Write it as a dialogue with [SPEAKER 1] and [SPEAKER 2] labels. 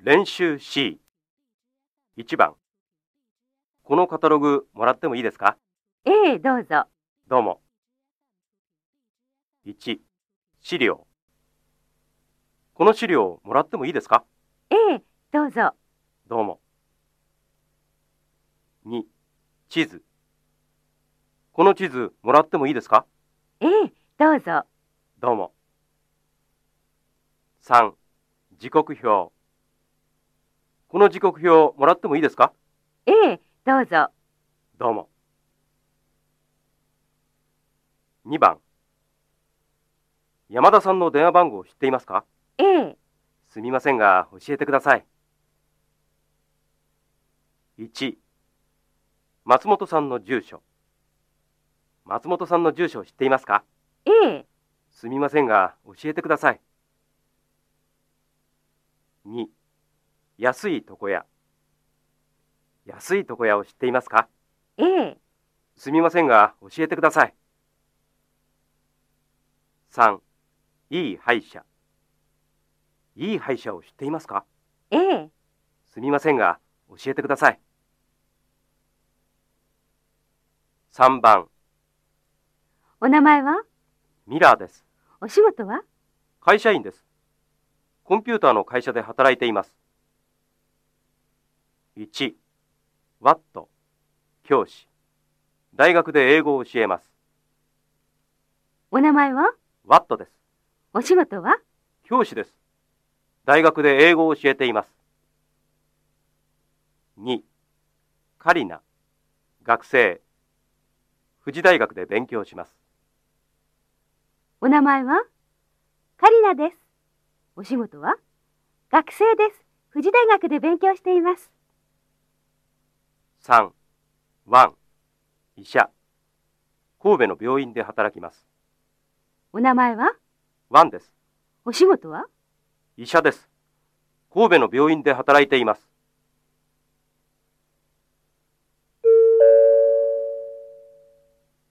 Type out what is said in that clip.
[SPEAKER 1] 練習 C 1番このカタログもらってもいいですか
[SPEAKER 2] ええ、どうぞ。
[SPEAKER 1] どうも1資料この資料もらってもいいですか
[SPEAKER 2] ええ、どうぞ。
[SPEAKER 1] どうも2地図この地図もらってもいいですか
[SPEAKER 2] ええ、どうぞ。
[SPEAKER 1] どうも。3. 時刻表。この時刻表もらってもいいですか
[SPEAKER 2] ええ、どうぞ。
[SPEAKER 1] どうも。2番。山田さんの電話番号知っていますか
[SPEAKER 2] ええ、
[SPEAKER 1] すみませんが、教えてください。1. 松本さんの住所。松本さんの住所知っていますか
[SPEAKER 2] ええ、
[SPEAKER 1] すみませんが、教えてください。2. 安い床屋。安い床屋を知っていますか
[SPEAKER 2] ええ、
[SPEAKER 1] すみませんが、教えてください。3. いい歯医者。いい歯医者を知っていますか
[SPEAKER 2] ええ、
[SPEAKER 1] すみませんが、教えてください。3番、
[SPEAKER 2] お名前は
[SPEAKER 1] ミラーです。
[SPEAKER 2] お仕事は
[SPEAKER 1] 会社員です。コンピューターの会社で働いています。1. ワット、教師。大学で英語を教えます。
[SPEAKER 2] お名前は
[SPEAKER 1] ワットです。
[SPEAKER 2] お仕事は
[SPEAKER 1] 教師です。大学で英語を教えています。2. カリナ、学生。富士大学で勉強します。
[SPEAKER 2] お名前はカリナです。お仕事は学生です。富士大学で勉強しています。
[SPEAKER 1] 3. ワン、医者。神戸の病院で働きます。
[SPEAKER 2] お名前は
[SPEAKER 1] ワンです。
[SPEAKER 2] お仕事は
[SPEAKER 1] 医者です。神戸の病院で働いています。